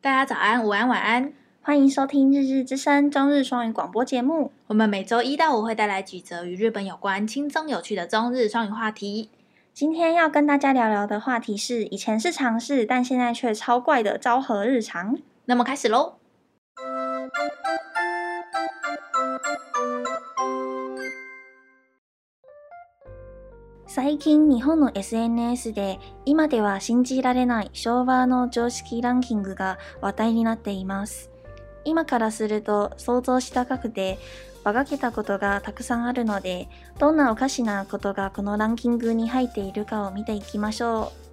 大家早安、午安、晚安。欢迎收听《日日之声》中日双语广播节目。我们每周一到五会带来几则与日本有关、轻松有趣的中日双语话题。今天要跟大家聊聊的话题是以前是常事，但现在却超怪的昭和日常。那么开始喽。最近、日本の SNS で今では信じられない昭和の常識ランキングが話題になっています。今からすると想像したかくて馬鹿けたことがたくさんあるのでどんなおかしなことがこのランキングに入っているかを見ていきましょう。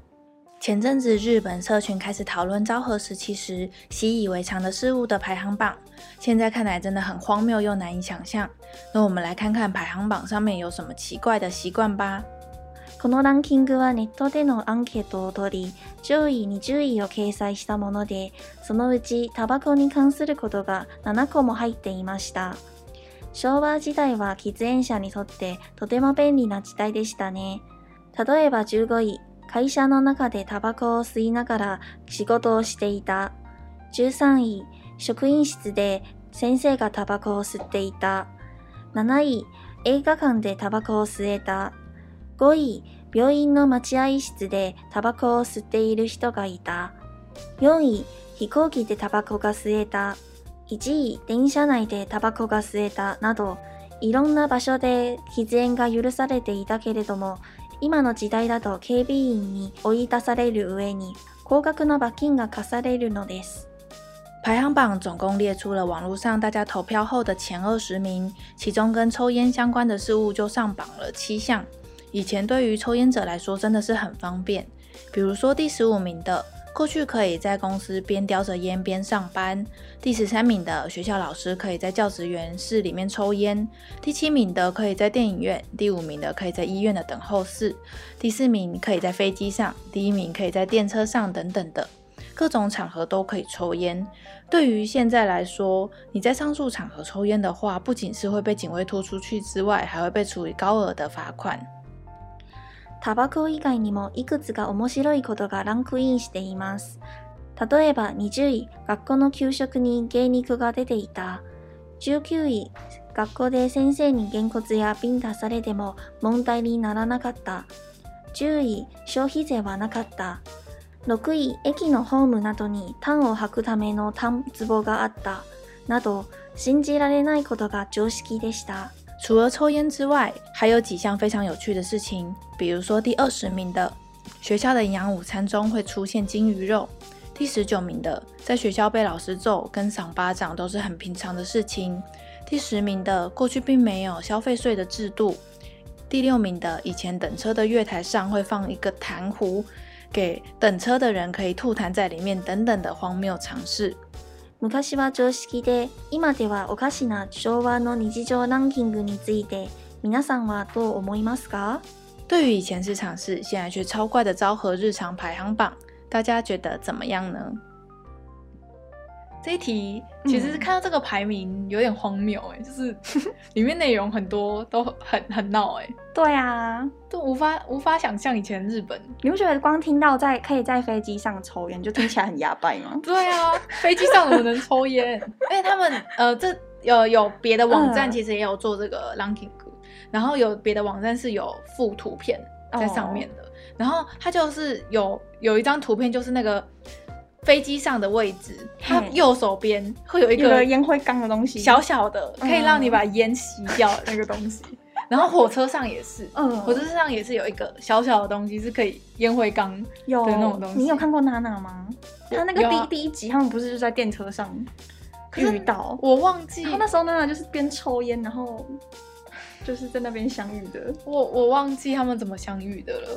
前阵子，日本社群开始讨论昭和时期时习以为常的事物的排行榜，现在看来真的很荒谬又难以想象。那我们来看看排行榜上面有什么奇怪的习惯吧。このランキングはネットでのアンケートを取り、上位20位を掲載したもので、そのうちタバコに関することが7個も入っていました。昭和時代は喫煙者にとってとても便利な時代でしたね。例えば15位、会社の中でタバコを吸いながら仕事をしていた。13位、職員室で先生がタバコを吸っていた。7位、映画館でタバコを吸えた。5位、病院の待合室でタバコを吸っている人がいた。4位、飛行機でタバコが吸えた。1位、電車内でタバコが吸えた。など、いろんな場所で喫煙が許されていたけれども、今の時代だと警備員に追い出される上に高額の罰金が課されるのです。排行榜总共列出了网络上大家投票后的前二十名，其中跟抽烟相关的事物就上榜了七项。以前对于抽烟者来说真的是很方便，比如说第十五名的，过去可以在公司边叼着烟边上班；第十三名的，学校老师可以在教职员室里面抽烟；第七名的可以在电影院；第五名的可以在医院的等候室；第四名可以在飞机上；第一名可以在电车上等等的。各种场合都可以抽烟。对于现在来说，你在上述场合抽烟的话，不仅是会被警卫拖出去之外，还会被处以高额的罚款。タバコ以外にもいくつか面白いことがランクインしています。例えば20位、学校の給食に芸肉が出ていた。19位、学校で先生にげんこつや瓶出されても問題にならなかった。10位、消費税はなかった。6位、駅のホームなどにタンを履くためのタンツボがあった。など、信じられないことが常識でした。除了抽烟之外，还有几项非常有趣的事情，比如说第二十名的学校的营养午餐中会出现金鱼肉，第十九名的在学校被老师揍跟赏巴掌都是很平常的事情，第十名的过去并没有消费税的制度，第六名的以前等车的月台上会放一个痰壶，给等车的人可以吐痰在里面等等的荒谬尝试。昔は常識で今ではおかしな昭和の日常ランキングについて皆さんはどう思いますか对于以前是常事，现在却超怪的昭和日常排行榜，大家觉得怎么样呢？这一题其实看到这个排名有点荒谬哎、欸，就是 里面内容很多都很很闹哎、欸，对啊，都无法无法想象以前日本，你不觉得光听到在可以在飞机上抽烟就听起来很牙白吗？对啊，飞机上怎么能抽烟？因为他们呃，这有有别的网站其实也有做这个 ranking，、嗯、然后有别的网站是有附图片在上面的，哦、然后它就是有有一张图片就是那个。飞机上的位置，它右手边会有一个烟嗯灰缸的东西，小小的，可以让你把烟吸掉的那个东西。嗯、然后火车上也是，嗯，火车上也是有一个小小的东西，是可以烟灰缸的那种东西。你有看过娜娜吗？她那个第、啊、第一集，他们不是就在电车上遇到？我忘记。啊那时候娜娜就是边抽烟，然后就是在那边相遇的。我我忘记他们怎么相遇的了。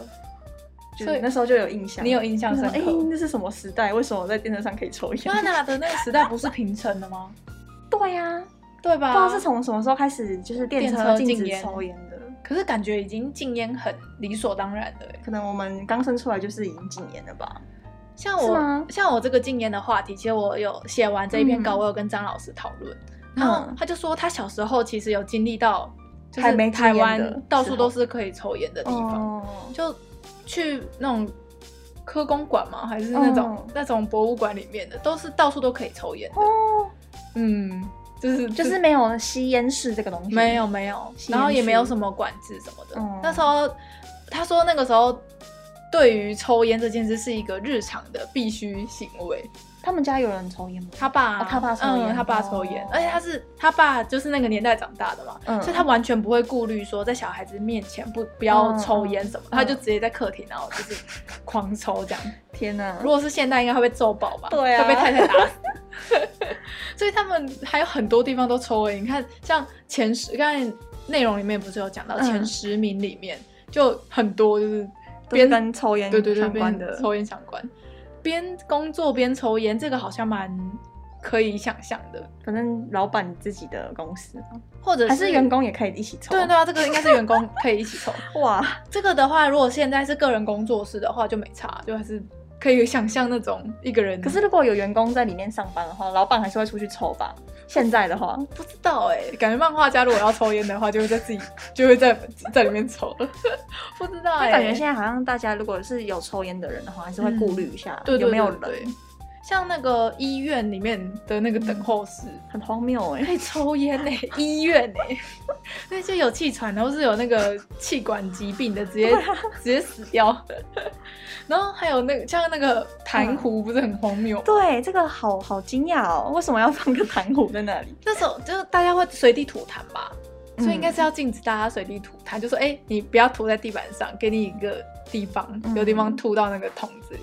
所以那时候就有印象，你有印象深刻？哎、欸，那是什么时代？为什么在电车上可以抽烟？娜娜的那个时代不是平成的吗？啊对呀、啊，对吧？不知道是从什么时候开始，就是电车禁止抽烟的。可是感觉已经禁烟很理所当然的，可能我们刚生出来就是已经禁烟了吧？像我，像我这个禁烟的话题，其实我有写完这一嗯篇稿，我有跟张老师讨论，嗯、然后他就说他小时候其实有经历到，就是台哦湾到处都是可以抽烟的地方，就。去那种科公馆吗？还是那种、嗯那种博物馆里面的，都是到处都可以抽烟的。哦，嗯，就是就是没有吸烟室这个东西，没有没有，吸烟然后也区没有什么管制什么的。嗯那时候他说那个时候对于抽烟这件事是一个日常的必须行为。他们家有人抽烟吗？他爸啊、哦他爸抽烟嗯，他爸抽烟，哦而且他是他爸就是那个年代长大的嘛，嗯所以他完全不会顾虑说在小孩子面前不不要嗯抽烟什么，嗯他就直接在客厅然后就是狂抽 这样。天哪如果是现代，应该会被揍爆吧？对啊会被太太打死。 所以他们还有很多地方都抽烟。你看，像前十，刚才内容里面不是有讲到嗯前十名里面、就很多就是都是边跟抽烟对对对相关边的，抽烟相关，边工作边抽烟，这个好像蛮可以想象的，反正老板自己的公司或者还是员。工也可以一起抽，对对啊，这个应该是员工可以一起抽。 哇，这个的话，如果现在是个人工作室的话，就没差，就还是可以想象那种一个人。可是如果有员工在里面上班的话，老板还是会出去抽吧。现在的话，不知道哎、欸感觉漫画家如果要抽烟的话，就会在自己就会在在里面抽 了，不知道那哎、感觉现在好像大家如果是有抽烟的人的话，还是会顾虑一下、嗯对对有没有对对人。嗯像那个医院里面的那个等候室，很荒谬 哎、可以抽烟呢、医院呢、那些有气喘的或是有那个气管疾病的，直接、直接死掉。 然后还有那个像那个痰壶，不是很荒谬吗？对，这个好好惊讶哦，为什么要放个糖壶在那里？那时候就是大家会随地吐痰吧，嗯所以应该是要禁止大家随地吐痰，就说哎、诶你不要吐在地板上，给你一个地方，嗯有地方吐到那个桶子里。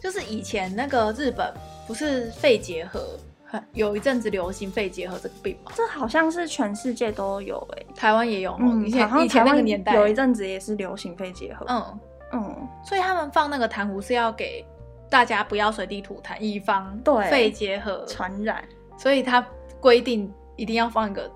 就是以前那个日本不是肺结核，很有一阵子流行肺结核这个病嘛，这好像是全世界都有哎、台湾也有哦，以前好像以前台那个湾年代有一阵子也是流行肺结核。嗯，嗯，所以他们放那个痰壶是要给大家不要随地吐痰，以防对肺结核，传染。所以他规定一定要放一个壶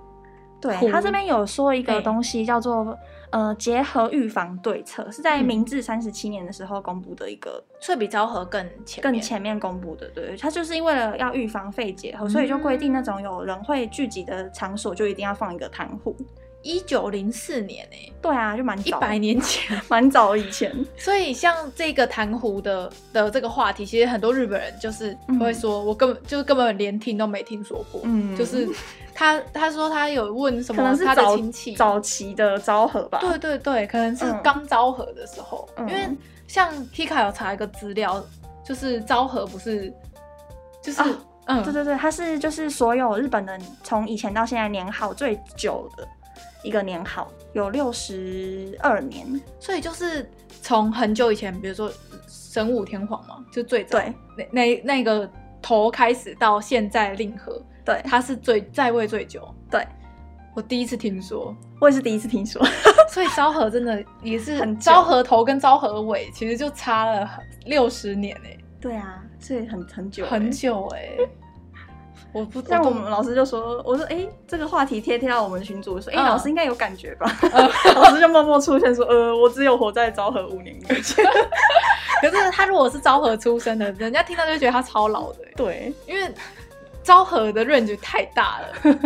对他这边有说一个对东西叫做呃结核预防对策，是在嗯明治三十七年的时候公布的一个所以比昭和更前面更前面公布的，对，它就是因为了要预防肺结核，所以就规定嗯那种有人会聚集的场所就一定要放一个糖壶。一九零四年哎、对啊，就蛮一早，百年 前。蛮早以 前。所以像这个痰壶的的这个话题，其实很多日本人就是会说，我根本就是根本连听都没听说过。嗯就是他他说他有问什可能么是他的早亲戚，早期的昭和吧。对对对，可能是嗯刚昭和的时候，嗯因为像 Kika 有查一个资料，就是昭和不是就是、啊嗯对对对，它是就是所有日本的从以前到现在年号最久的一个年号，有六十二年。所以就是从很久以前，比如说神武天皇嘛，就最早对那那那个头开始到现在令和，对，他是最在位最久。对，我第一次听说，我也是第一次听说。 所以昭和真的也是很久昭和头跟昭和尾其实就差了六十年哎、对啊，所以很很久、很。久哎、我不像我懂们老师就说，我说哎、诶这个话题贴贴到我们群组，说哎、诶嗯老师应该有感觉吧？ 老师就默默出现说，呃，我只有活在昭和五年以前。，可是他如果是昭和出生的，人家听到就觉得他超老的、欸对，因为昭和的 range 太大了。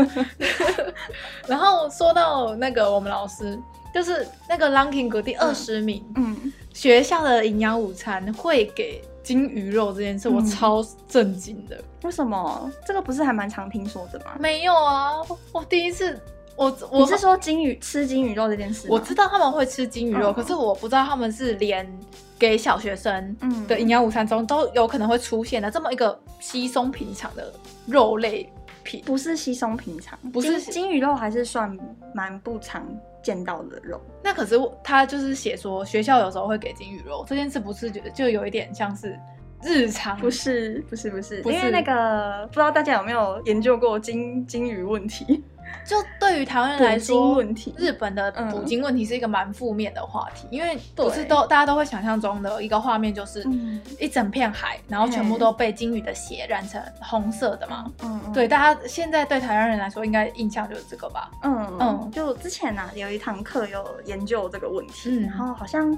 然后说到那个我们老师，就是那个 ranking 格第二十名，嗯，学校的营养午餐会给金鱼肉这件事，我嗯超震惊的。为什么这个不是还蛮常听说的吗？没有啊，我我第一次，我你我是说金鱼吃金鱼肉这件事吗？我知道他们会吃金鱼肉，嗯可是我不知道他们是连给小学生嗯的营养午餐中都有可能会出现的这么一个稀松平常的肉类品。不是稀松平常，不是金金鱼肉还是算蛮不常见到的肉。那可是我他就是写说学校有时候会给金鱼肉这件事，不是就就有一点像是日常不是，不是，不是，不是因为那个不知道大家有没有研究过金金鱼问题、就对于台湾人捕来鲸说，问题？日本的嗯捕鲸问题是一个蛮负面的话题，因为对不是都大家都会想象中的一个画面就是嗯一整片海，然后全部嗯都被鲸鱼的血染成红色的嘛。嗯，嗯对，大家现在对台湾人来说，应该印象就是这个吧？嗯嗯，嗯就之前啊有一堂课有研究这个问题，嗯然后好像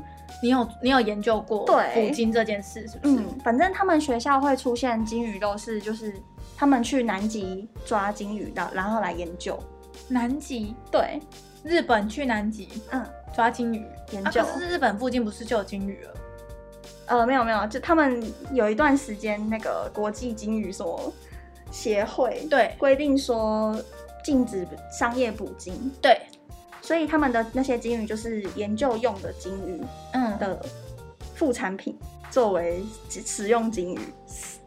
你有你有研究过对捕鲸这件事是不是？嗯，反正他们学校会出现金鱼肉是就是他们去南极抓金鱼的，然后来研究。南极，对，日本去南极嗯，抓鲸鱼，研啊，究可是日本附近不是就有鲸鱼了？呃，没有没有，就他们有一段时间那个国际金鱼所协会对规定说禁止商业捕鲸，对，所以他们的那些金鱼就是研究用的金鱼嗯，的副产品作为食食用金鱼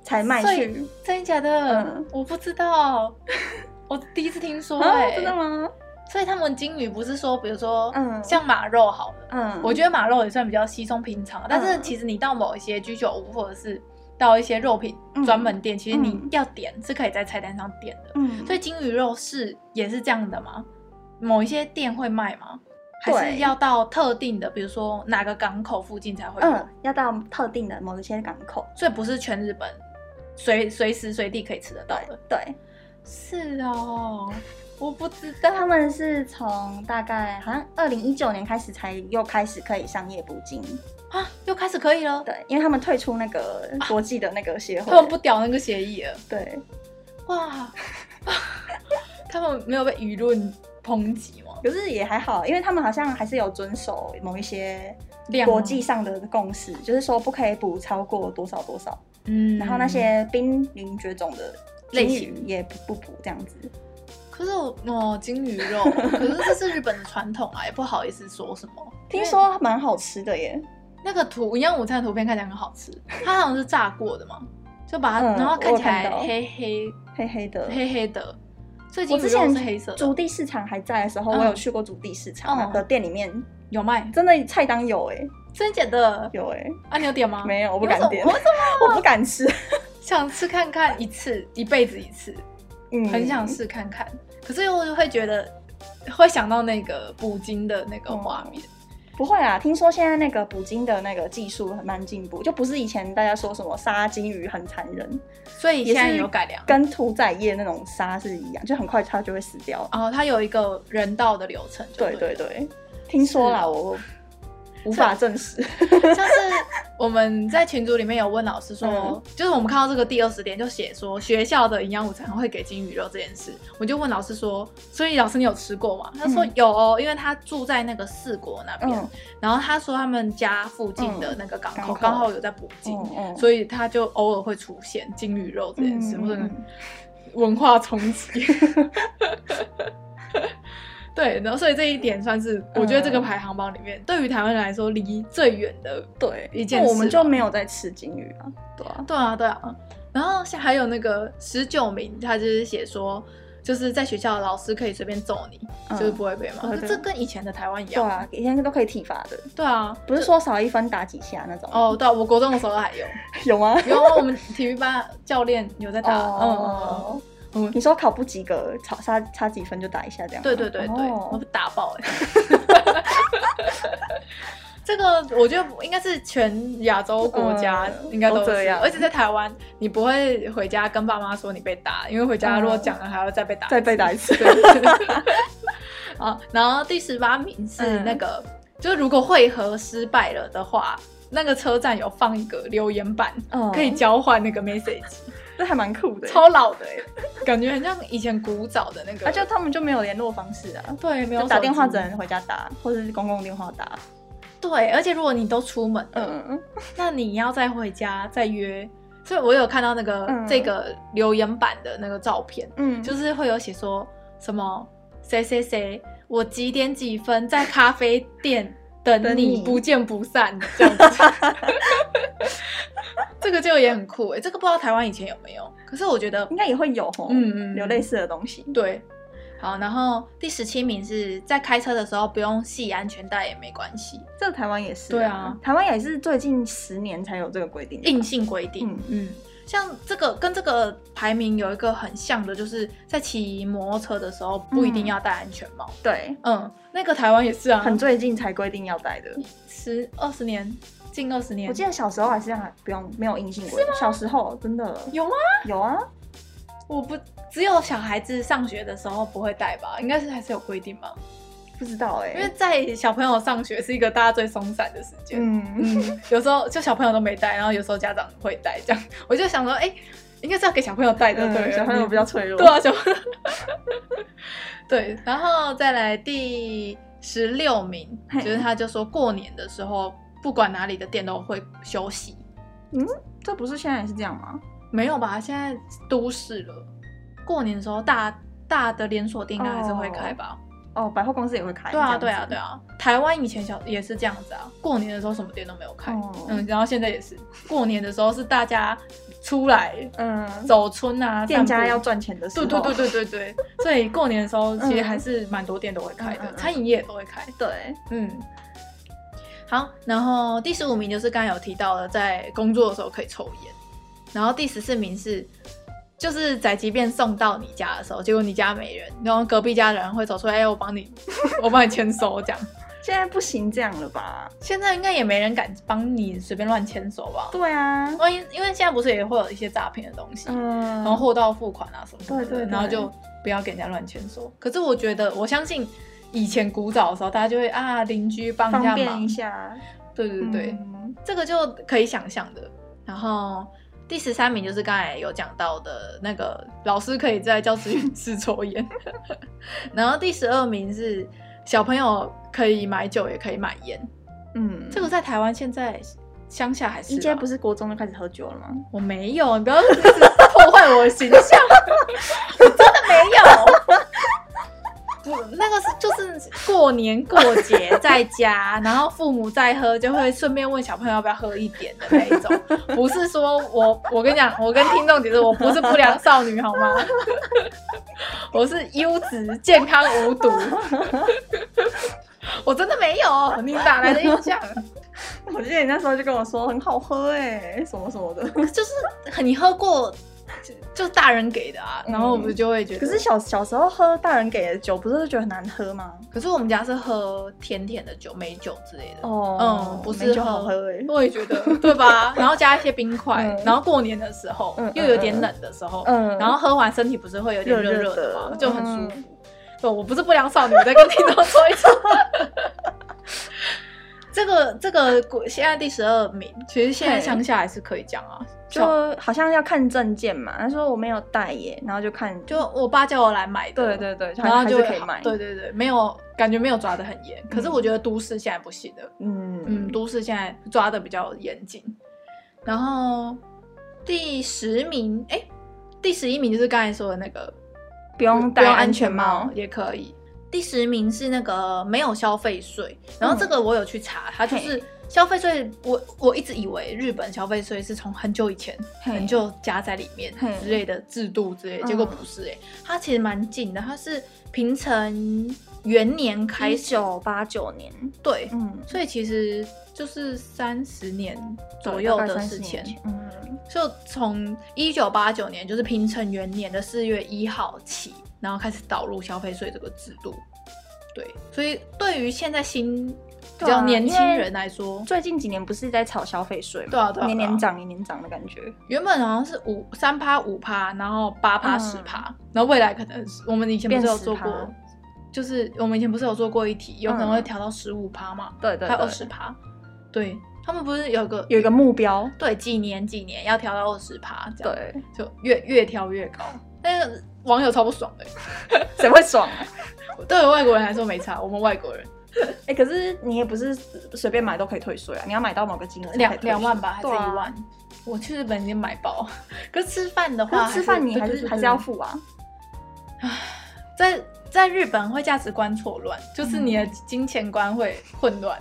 才卖所去以。真的假的？嗯我不知道，我第一次听说、啊，欸，真的？吗？所以他们金鱼不是说，比如说，嗯像马肉好了，嗯，我觉得马肉也算比较稀松平常，但是其实你到某一些居酒屋或者是到一些肉品嗯专门店，其实你嗯要点是可以在菜单上点的。嗯，所以金鱼肉是也是这样的吗？某一些店会卖吗？还是对要到特定的，比如说哪个港口附近才会有？嗯，要到特定的某一些港口。所以不是全日本随随时随地可以吃得到的。对，是哦，我不知道。他们是从大概好像二零一九年开始才又开始可以商业捕鲸。啊，又开始可以了。对，因为他们退出那个国际的那个协会。他们不屌那个协议了，对，哇！ 他们没有被舆论抨击吗？可是也还好，因为他们好像还是有遵守某一些量吗国际，上的共识，就是说不可以捕超过多少多少，嗯然后那，些濒临绝种的类鲸型鱼也不不捕这样子。可是我哦，金鱼肉， 可是这是日本的传统啊，也不好意思说什么。听说蛮好吃的耶，那个图营养午餐的图片看起来很好吃，它好像是炸过的嘛，就把它，嗯然后看起我有看来到黑黑黑黑的。黑黑的，所以金我鱼之肉前是黑色竹的，地市场还在的时候，嗯我有去过竹地市场、嗯的店里面，有卖？真的菜单有哎、真假的？有哎、啊，你有点吗？没有，我我不敢点我，怎么 我不敢吃，想吃看看一次，一辈子一次？嗯，很想试看看，可是又会觉得会想到那个捕鲸的那嗯个画面，不会啦，听说现在那个捕鲸的那个技术很蛮进步，就不是以前大家说什么杀金鱼很残忍，所以也现在是有改良。跟屠宰业那种杀是一样，就很快它就会死掉。然后它有一个人道的流程就对了，对对，听说是啦，哦我无法 证实。像是我们在群组里面有问老师说，嗯就是我们看到这个第二十点就写说学校的营养午餐会给金鱼肉这件事，我就问老师说，所以老师你有吃过吗？他说嗯有哦，因为他住在那个四国那边，嗯然后他说他们家附近的那个港口嗯港口刚好有在捕鲸，嗯嗯所以他就偶尔会出现金鱼肉这件事，嗯或者嗯文化冲 击。对，然后所以这一点算是嗯我觉得这个排行榜里面，对于台湾人来说离最远的。对，一件那我们事吧就没有在吃金鱼啊，对啊，对啊，对啊。然后像还有那个十九名，他就是写说，就是在学校的老师可以随便揍你，嗯就是不会被骂。可对对这跟以前的台湾一对样。啊，以前都可以体罚的，对啊，不是说少一分打几下那种。哦，，对啊，我国中的时候还有， 有吗？有啊，我们体育班教练有在打，嗯，哦，嗯嗯你说考不及格，差差差几分就打一下这样吗。对对对对，哦我被打爆哎、欸。这个我觉得应该是全亚洲国家嗯应该都是，都这样而且在台湾你不会回家跟爸妈说你被打，因为回家如果讲了还要再被打，哦再被打 一次。啊，然后第十八名是嗯那个，就是如果会合失败了的话，那个车站有放一个留言板，嗯可以交换那个 message，这还蛮酷的耶。超老的哎、 感觉很像以前古早的那个。啊，就他们就没有联络方式啊，对，没有就打手电话机只能回家打，或者是公共电话打。对，而且如果你都出门了，嗯嗯那你要再回家再约。所以我有看到那个、嗯这个留言板的那个照片，嗯，就是是会有写说什么谁谁谁，我几点几分在咖啡店等等你，你不见不散这样 子。这个就也很酷哎、这个不知道台湾以前有没有，可是我觉得应该也会有吼，嗯嗯嗯有类似的东西。对。好，然后第十七名是在开车的时候不用系安全带也没关系，这个台湾也是、对啊台湾也是最近十年才有这个规定。硬性规定。嗯嗯，像这个跟这个排名有一个很像的，就是在骑摩托车的时候不一定要戴安全帽。对，嗯，那个台湾也是啊，嗯很最近才规定要戴的。十二十年，近二十年，我记得小时候还是还不用没有硬性规定，小时候真的有吗？有啊，我不只有小孩子上学的时候不会戴吧，应该是还是有规定吧，不知道哎、因为在小朋友上学是一个大家最松散的时间。嗯，嗯， 有时候就小朋友都没戴，然后有时候家长会戴，这样 我就想说，哎、应该是要给小朋友戴的，对，嗯小朋友比较脆弱。对啊，小朋友。 对，然后再来第十六名，嘿就是他就说过年的时候不管哪里的店都会休息。这不是现在也是这样吗？没有吧？现在都市了，过年的时候大大的连锁店应该还是会开吧？哦，百货公司也会开。对啊，这对啊样，子对。啊。台湾以前小也是这样子啊，过年的时候什么店都没有开，哦嗯，然后现在也是，过年的时候是大家出来嗯，走村啊，店散家步要。赚钱的时对候，对对对对对， 所以过年的时候其实嗯还是蛮多店都会开的，嗯嗯嗯餐饮业也都会开。对，嗯，好，然后第十五名就是刚才有提到的，在工作的时候可以抽烟，然后第十四名是就是宅急便送到你家的时候，结果你家没人，然后隔壁家的人会走出来，哎、我帮你，我帮你签收这样。 现在不行这样了吧？现在应该也没人敢帮你随便乱签收吧？对啊，万一哦因为现在不是也会有一些诈骗的东西，嗯，然后货到付款啊什么什么的，对对对然后就不要给人家乱签收。可是我觉得，我相信以前古早的时候，大家就会啊邻居帮一方下便忙一，下，对对对，嗯这个就可以想象的。然后第十三名就是刚才有讲到的那个老师可以在教职 员室抽烟， 然后第十二名是小朋友可以买酒也可以买烟，嗯，这个在台湾现在乡下还是啊一阶不是是国中就开始喝酒了 吗？我没有，你不要一直破坏我的形象，我真的没有。不，那个是就是过年过节在家，然后父母在喝，就会顺便问小朋友要不要喝一点的那一种，不是说我我跟你讲，我跟听众解释，我不是不良少女好吗？我是优质、健康、无毒，我真的没有，你哪来的印象？我记得你那时候就跟我说很好喝哎、欸什么什么的。就是你喝过，就就是大人给的啊，嗯然后我们就会觉得。可是，小小时候喝大人给的酒，不是都觉得很难喝吗？可是我们家是喝甜甜的酒，美酒之类的。哦嗯，不是没酒好喝喝哎、我也觉得，对 吧？然后加一些冰块，嗯然后过年的时候、嗯又有点冷的时候，嗯然后喝完身体不是会有点热热热热的的嗯吗？就很舒服。对，我不是不良少女，我在跟听众说一说。 这个这个国现在第十二名，其实现在嘿乡下还是可以讲啊，就好像要看证件嘛，他说我没有带耶，然后就看就我爸叫我来买的，对对对，就然后还就还会是可以买，对，对对，没有感觉没有抓得很严，可是我觉得都市现在不行的，嗯嗯，都市现在抓的比较严谨。然后第十名，哎，第十一名就是刚才说的那个不用不戴用安安全全帽帽，也可以。第十名是那个没有消费税，然后嗯这个我有去查，它就是消费税，我我一直以为日本消费税是从很久以前嘿很久加在里面嘿嗯之类的制度之类的，结果不是哎、它其实蛮近的，它是平成元年开一始，九八九年，对，嗯，所以其实就是三十年左右的事情。嗯，就从一九八九年，就是平成元年的四月一号起，然后开始导入消费税这个制度。对，所以对于现在新比对啊较年轻因为人来说，最近几年不是在炒消费税嘛，对啊对啊对啊年年涨年年涨的感觉，原本好像是五三趴五趴，然后八趴嗯十趴，然后未来可能是我们以前不是有做变过10%，就是我们以前不是有做过一题，有可能嗯会调到十五趴嘛，对对还有对二十趴，对他们不是有个嗯有一个目标，对几年几年要调到二十趴，这样，对， 就越越调越高，但是网友超不爽的、谁会爽啊？对外国人来说没差，我们外国人哎、可是你也不是随便买都可以退税啊，你要买到某个金额才可以两退税两万吧，还是一对啊万？我去日本已经买爆， 可是吃饭的啊可话，是吃饭你还对是对对还是对要付啊，在在日本会价值观错乱，就是你的嗯金钱观会混乱，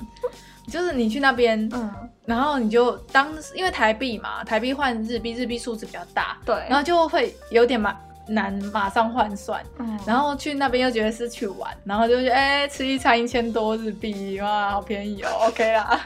就是你去那边，嗯，然后你就当因为台币嘛，台币换日币，日币数值比较大，对，然后就会有点马难马上换算，嗯然后去那边又觉得是去玩，然后就觉得哎、吃一餐一千多日币，哇，好便宜哦，OK 啦。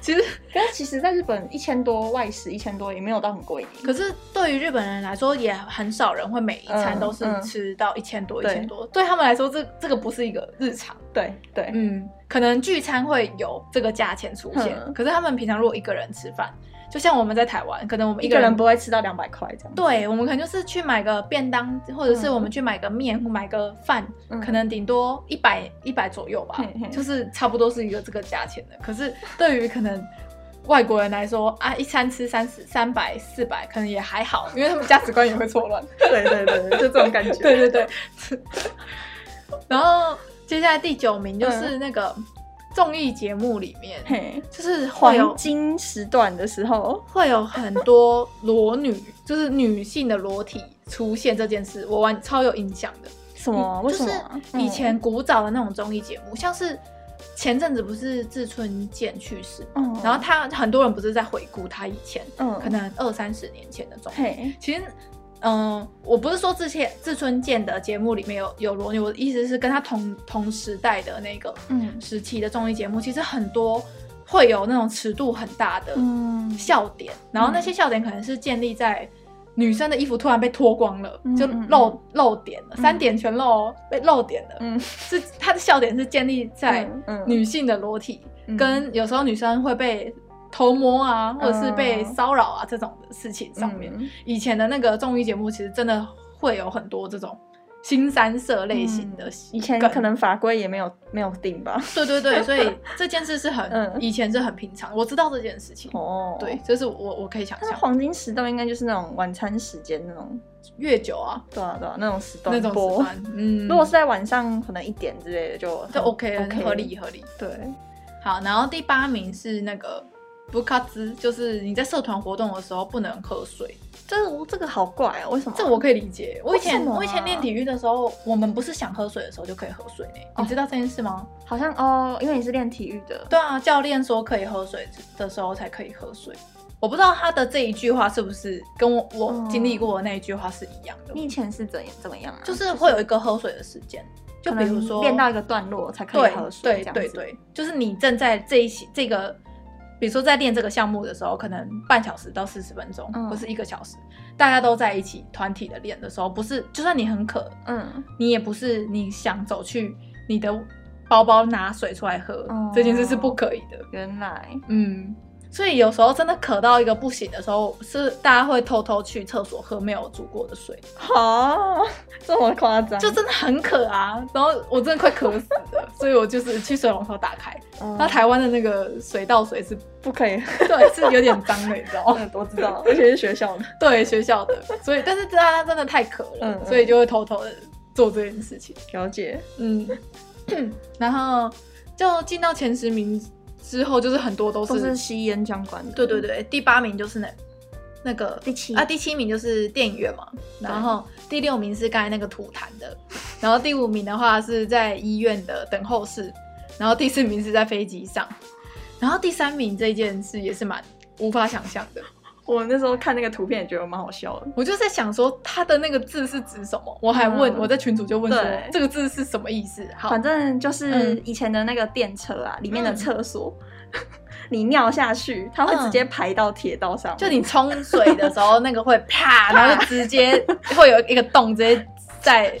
其实，可是其实在日本一千多外食一千多也没有到很贵， 可是对于日本人来说，也很少人会每一餐嗯都是嗯吃到一千多、一对千多，对他们来说，这这个不是一个日常。对对，嗯，可能聚餐会有这个价钱出现，嗯可是他们平常如果一个人吃饭，就像我们在台湾，可能我们一一个个人人不会吃到两百块这样，，对，我们可能就是去买个便当，或者是我们去买个面、或买个饭，嗯可能顶多一百一百左右吧嘿嘿，就是差不多是一个这个价钱的。可是对于可能外国人来说啊，一餐吃三十三百四百，可能也还好，因为他们价值观也会错乱。对对 对，就这种感觉，对对对。然后接下来第九名就是那个综艺节目里面，嗯嘿，就是会有黄金时段的时候，会有很多裸女，就是女性的裸体出现这件事，我完超有印象的。什么？哦啊嗯为就什是么？以前古早的那种综艺节目，像是前阵子不是志村健去世嘛，嗯，嗯然后他很多人不是在回顾他以前嗯可能二三十年前的综艺，嘿，其实。嗯，我不是说之前志村健的节目里面有有裸女，我的意思是跟他同同时代的那个嗯时期的综艺节目，其实很多会有那种尺度很大的嗯，笑点，然后那些笑点可能是建立在女生的衣服突然被脱光了，嗯就露露点了，嗯三点全露哦，被露点了。嗯是她的笑点是建立在嗯嗯女性的裸体，嗯跟有时候女生会被偷摸啊，或者是被骚扰啊这种的事情上面。嗯以前的那个综艺节目其实真的会有很多这种新三色类型的梗、嗯以前可能法规也没有没有 定吧。对对对，所以这件事是很、 嗯以前是很平常，我知道这件事情。哦，对，，这是我我可以想但象是。黄金时段应该就是那种晚餐时间那种，越久啊对啊对啊，那种时段那种时播。段，嗯， 如果是在晚上，可能一点之类的就很就 OK 了 OK 合理。合理。对，好，然后第八名是那个不卡兹，就是你在社团活动的时候不能喝水，这我这个好怪啊，为什么？这我可以理解。我以前、为什么啊我以前练体育的时候，我们不是想喝水的时候就可以喝水呢、哦你知道这件事吗？好像哦，因为你是练体育的，对啊，教练说可以喝水的时候才可以喝水。我不知道他的这一句话是不是跟我我嗯经历过的那一句话是一样的，你以前是怎怎么样啊？就是会有一个喝水的时间，就比如说可能练到一个段落才可以对喝水，这对样子对，对，就是你正在这一期这个，比如说在练这个项目的时候，可能半小时到四十分钟，嗯或是一个小时，大家都在一起团体的练的时候，不是就算你很渴，嗯，你也不是你想走去你的包包拿水出来喝，哦这件事是不可以的。原来嗯，所以有时候真的渴到一个不行的时候，是大家会偷偷去厕所喝没有煮过的水， 好这么夸张，就真的很渴啊。然后我真的快渴死了，所以我就是去水龙头打开。嗯那台湾的那个水稻水是，不可以，对，是有点脏的，你知道吗？ 嗯， 我知道，而且是学校的， 对，学校的，所以但是大家真的太渴了，嗯嗯所以就会偷偷的做这件事情。了解，嗯， 然后就进到前十名之后，就是很多都是，都是吸烟相关的，对对，对，第八名就是那那个第七嗯啊，第七名就是电影院嘛，然后第六名是刚才那个吐痰的， 然后第五名的话是在医院的等候室，然后第四名是在飞机上，然后第三名这件事也是蛮无法想象的。我那时候看那个图片也觉得蛮好笑的，我就在想说他的那个字是指什么，我还问、嗯我在群主就问说对这个字是什么意思？好，反正就是嗯以前的那个电车啊，里面的嗯厕所。 你尿下去，它会直接排到铁道上面、就你冲水的时候那个会 啪，然后就直接会有一个洞直接在，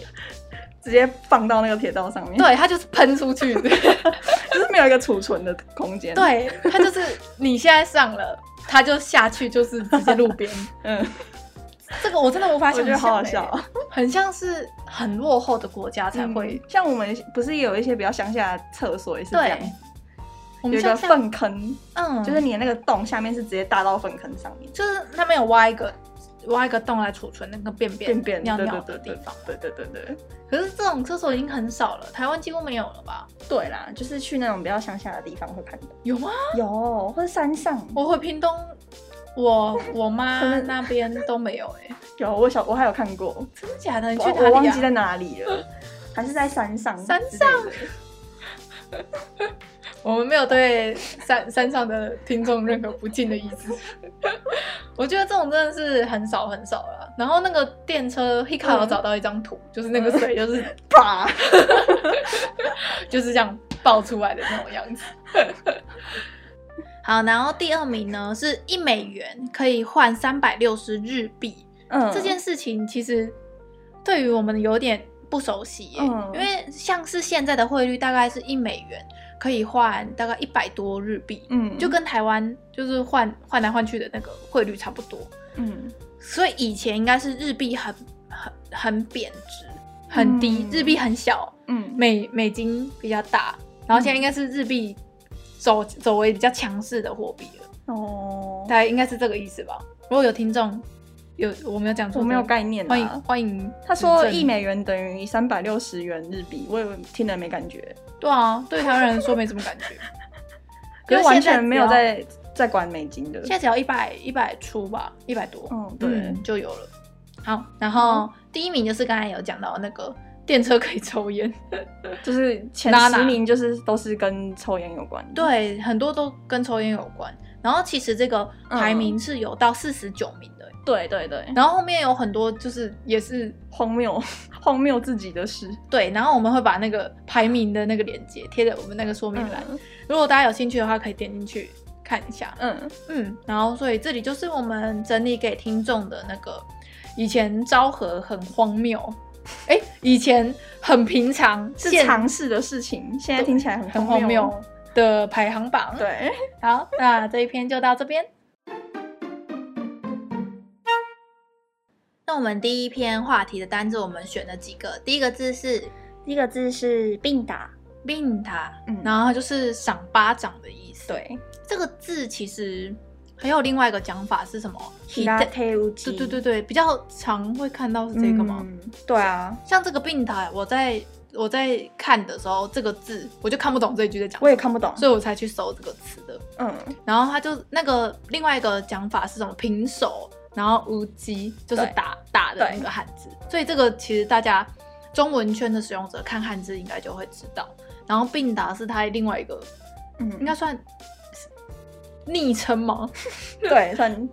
直接放到那个铁道上面，，对，它就是喷出去。就是没有一个储存的空间。，对，它 就是你现在上了，它就下去，就是直接路边。嗯， 这个我真的无法我想觉象、得好好欸笑啊、很像是很落后的国家才嗯会。像我们不是也有一些比较乡下的厕所也是这样，对我有们一个想象，粪坑，嗯，就是你的那个洞下面是直接搭到粪坑上面，就是他们有挖一个挖一个洞来储存那个便便、便便尿对尿对的对地方。对对对对对可是这种厕所已经很少了，台湾几乎没有了吧？对啦，就是去那种比较乡下的地方会看到，有吗？有或者山上我回屏东，我我可妈能那边都没有哎、有，我小我还有看过，真的假的？你去我哪我忘记里在啊？哪里了，还是在山上山之类的， 我们没有对山山上的听众任何不敬的意思。 我觉得这种真的是很少很少了。然后那个电车 Hika 有找到一张图，就是那个水就是 啪，就是这样爆出来的那种样子。 好，然后第二名呢是一美元可以换三百六十日币，嗯，这件事情其实对于我们有点不熟悉耶、嗯因为像是现在的汇率大概是一美元可以换大概一百多日币，嗯就跟台湾就是换换来换去的那个汇率差不多，嗯所以以前应该是日币很很很贬值，很低，嗯日币很小，嗯美美金比较大，然后现在应该是日币走走为比较强势的货币了，哦大，概应该是这个意思吧。如果有听众有我没有讲错，我没有，概念、啊。欢迎欢迎。他说一，美元等于三百六十元日币，我也听了没感觉，对啊，对台湾人说没什么 感觉，可就是完现在全没有只要嗯在在管美金的现。在只要一百一百出吧，一百多，嗯，对，嗯就有了。好，然后第一名就是刚才有讲到那个电车可以抽 烟，就是前拉拉十名就是都是跟抽烟有关的。对，很多都跟抽烟有关。然后其实这个排名是有到四十九名的，欸对对对，然后后面有很多就是也是荒谬荒谬自己的事。对，然后我们会把那个排名的那个链接贴在我们那个说明栏，嗯如果大家有兴趣的话，可以点进去看一下。嗯，嗯，然后所以这里就是我们整理给听众的那个以前昭和很荒谬，哎，以前很平常，是现尝试的事情，现在听起来很很荒谬谬。的排行榜。，对，好，那这一篇就到这边。那我们第一篇话题的单字，我们选了几个，第一个字是第一个字是病打，病塔，嗯然后它就是赏巴掌的意思。，对，这个字其实还有另外一个讲法是什么？其他退乌鸡，对对对对，比较常会看到是这个吗？嗯？对啊，像这个病台，我在我在看的时候，这个字我就看不懂这一句在讲什么，我也看不懂。所以我才去搜这个词的。嗯，然后他就那个另外一个讲法是什么平手，然后无击就是对打打的那对个汉字，所以这个其实大家中文圈的使用者看汉字应该就会知道。然后病达是他另外一个嗯，应该算昵称吗？对，算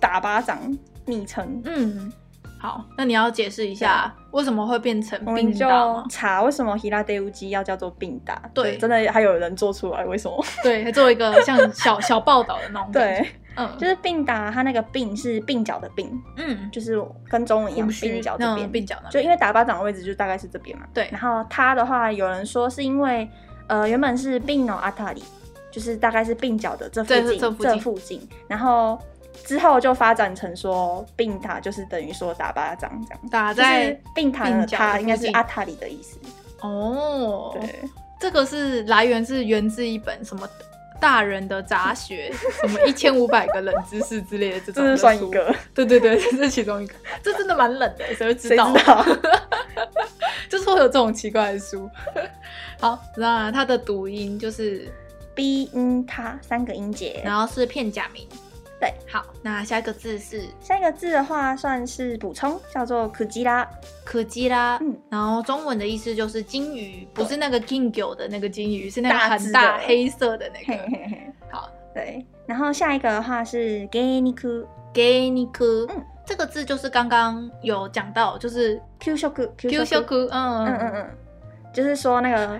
打巴掌昵称。嗯，好，那你要解释一下为什么会变成我们病就达吗？查为什么希拉德乌鸡要叫做病打，对真的还有人做出来，为什么？对，还做一个像小小报道的那种感觉。对，嗯，就是病打，它那个病是鬓角的病，嗯，就是跟中文一样，胡须鬓角嗯那这种边，鬓角那就因为打巴掌的位置就大概是这边嘛。对然后他的话，有人说是因为呃原本是鬓脑阿塔里，就是大概是鬓角的这附对近这附近近然后之后就发展成说鬓塔就是等于说打巴掌这样。打就在是鬓塔鬓的角塔的应该附是近阿塔里的意思，哦，对，这个是来源是源自一本什么大人的杂学，什么一千五百个冷知识之类的这种，这是算一。个，对对对，这是其中一个，这真的蛮冷的，谁会知谁道？知道？ 就是会有这种奇怪的书。 好，那它的读音就是， b 音塔三个音节，然后是片假名。对，好，那下一个字是下一个字的话算是补充，叫做可吉拉，可基拉，嗯然后中文的意思就是金鱼，不是那个 king 狗的那个金鱼，是那个大很只大的黑色的那嘿个。嘿嘿，好，对，然后下一个的话是 g a n i k u 给你哭嗯，这个字就是刚刚有讲到，就是 Q ショク Q 修哭，嗯嗯嗯嗯，就是说那个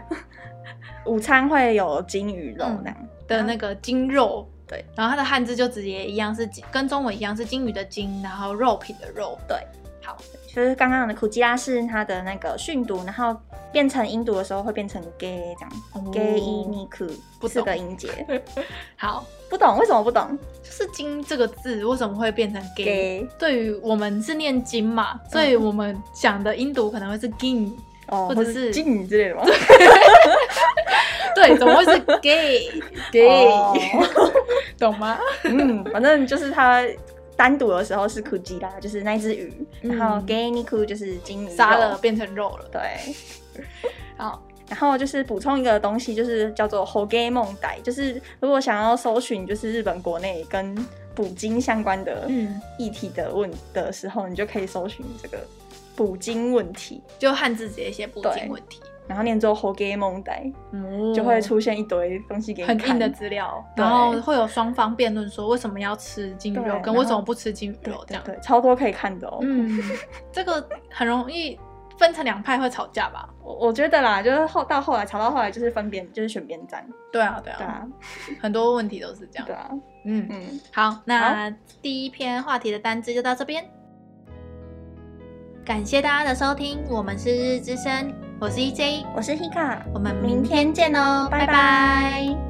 午餐会有金鱼肉嗯那样，的那个金肉，对，然后它的汉字就直接一样是金跟中文一样是金鱼的金，然后肉品的肉，对，好，就是刚刚的苦吉拉是它的那个训读，然后变成音读的时候会变成 gay 这样、哦 g a y i n i ku 不懂四个音节，好，不懂为什么不懂就是金这个字为什么会变成 gay？ gay 对于我们是念金嘛，嗯所以我们想的音读可能会是 gin，哦，或者者是金鱼之 类的吗？对，怎么会是 gay gay？哦 懂吗？嗯，反正就是它单独的时候是苦吉拉，就是那只鱼，嗯然后 gay i n i ku 就是金鱼肉杀了，变成肉了。对。好，然后就是补充一个东西，就是叫做 “hoge 梦代”，就是如果想要搜寻就是日本国内跟捕鲸相关的嗯，议题的问的时候，你就可以搜寻这个捕鲸问题，就汉字直接写补对进问题，然后念作 “hoge 梦代”，嗯就会出现一堆东西给你很看硬的资料，对然后会有双方辩论说为什么要吃金鱼对肉，然跟后为什么不吃金鱼对肉这对样。对，超多可以看的哦。嗯， 这个很容易分成两派会吵架吧？我我觉得啦，就是后到后来查到后来就是分边，就是选边站，对啊，对啊，对啊，很多问题都是这样对。啊，嗯，嗯，好，那第一篇话题的单字就到这边。感谢大家的收听，我们是日日之声，我是 EJ，我是 Hika，我们明明天天见哦，拜拜拜拜